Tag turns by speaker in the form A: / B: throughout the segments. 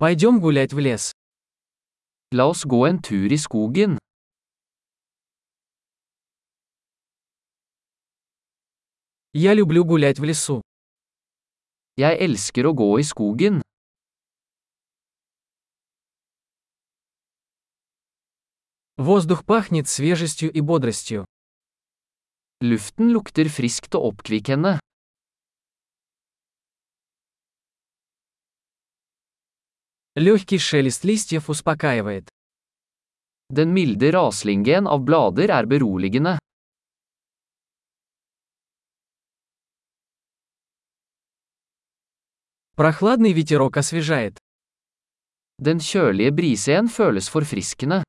A: Пойдем гулять в лес.
B: La oss gå en tur i skogen.
A: Я люблю гулять в лесу.
B: Jeg elsker å gå i skogen.
A: Воздух пахнет свежестью и бодростью.
B: Luften lukter friskt og oppkvikkende.
A: Легкий шелест листьев успокаивает.
B: Den milde raslingen av blader er beroligende.
A: Прохладный ветерок освежает.
B: Den kjølige brisen føles forfriskende.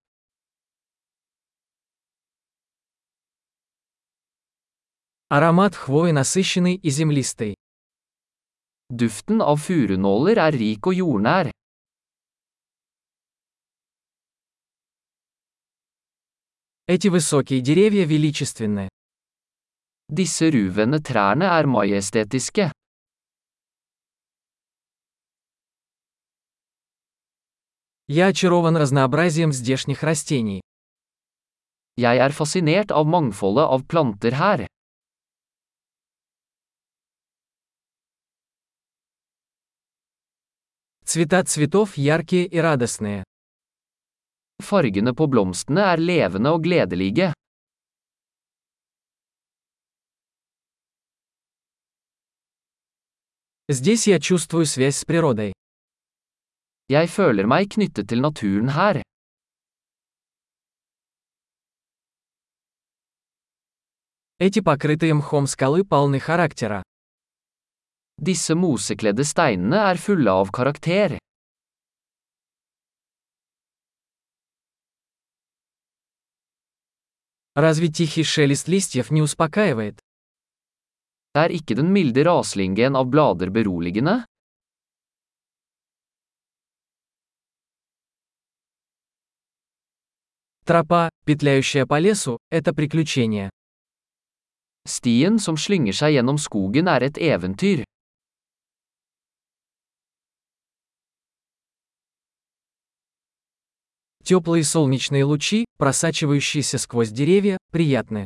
A: Аромат хвои насыщенный и землистый.
B: Duften av furunåler er rik og jordnær.
A: Эти высокие деревья величественны.
B: Disse ruvende trærne er majestetiske.
A: Я очарован разнообразием здешних растений.
B: Jeg er fascinert av mangfoldet av planter her.
A: Цвета цветов яркие и радостные.
B: Fargene på blomstene er levende og gledelige.
A: Здесь я чувствую связь с природой.
B: Jeg føler meg knyttet til naturen her.
A: Эти покрытые мхом скалы полны характера.
B: Disse mosekledde steinene er fulle av karakter.
A: Разве тихий шелест листьев не успокаивает?
B: Er ikke den milde raslingen av blader beroligende?
A: Тропа, петляющая по лесу, это приключение.
B: Stien som slynger seg gjennom skogen er et eventyr.
A: Теплые солнечные лучи, просачивающиеся сквозь деревья, приятны.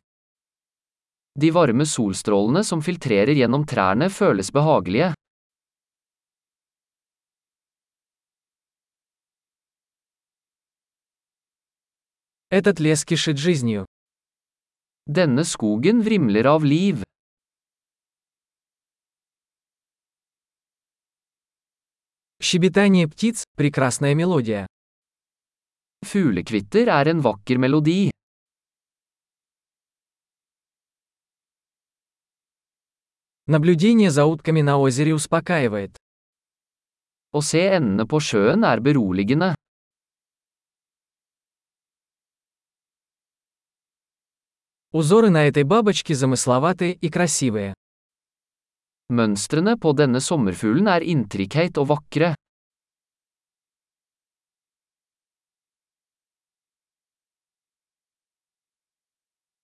B: De varme solstrålene som filtrerer gjennom trærne føles behagelige.
A: Этот лес кишит жизнью.
B: Denne skogen vrimler av liv.
A: Щебетание птиц – прекрасная мелодия.
B: Fuglekvitter er en vakker melodi.
A: Наблюдение за утками на озере успокаивает.
B: Å se endene på sjøen er beroligende.
A: Узоры на этой бабочке замысловатые и красивые.
B: Mønstrene på denne sommerfuglen er intrikate og vakre.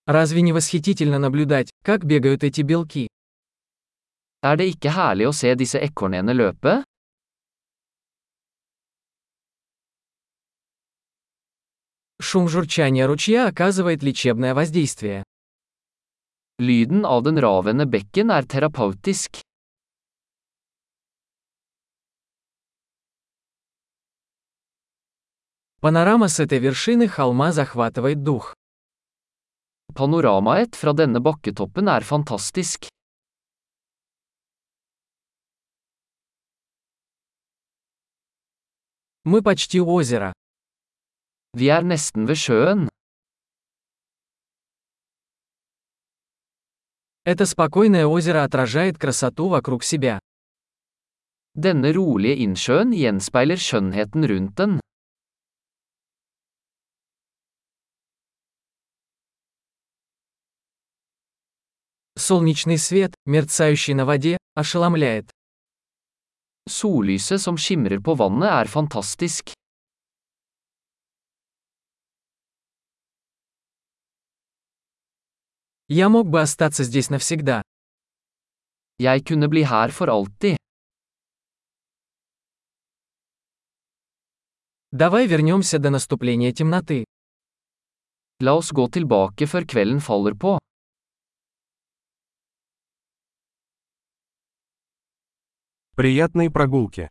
A: Разве не восхитительно наблюдать, как бегают эти белки?
B: Er det ikke herlig å se disse ekornene løpe?
A: Шум журчания ручья оказывает лечебное воздействие.
B: Lyden av den ravende bekken er terapeutisk.
A: Панорама с этой вершины холма захватывает дух.
B: Panoramaet fra denne bakketoppen er fantastisk.
A: Мы почти у озера.
B: Vi er nesten ved sjøen.
A: Это спокойное озеро отражает красоту вокруг себя.
B: Denne rolige innsjøen gjenspeiler skjønnheten rundt den.
A: Солнечный свет, мерцающий на воде, ошеломляет.
B: Sollyset som skimrer på vannet er fantastisk.
A: Я мог бы остаться здесь навсегда.
B: Jeg kunne bli her for alltid.
A: Давай вернемся до наступления темноты.
B: La oss gå tilbake før kvelden faller på.
C: Приятной прогулки.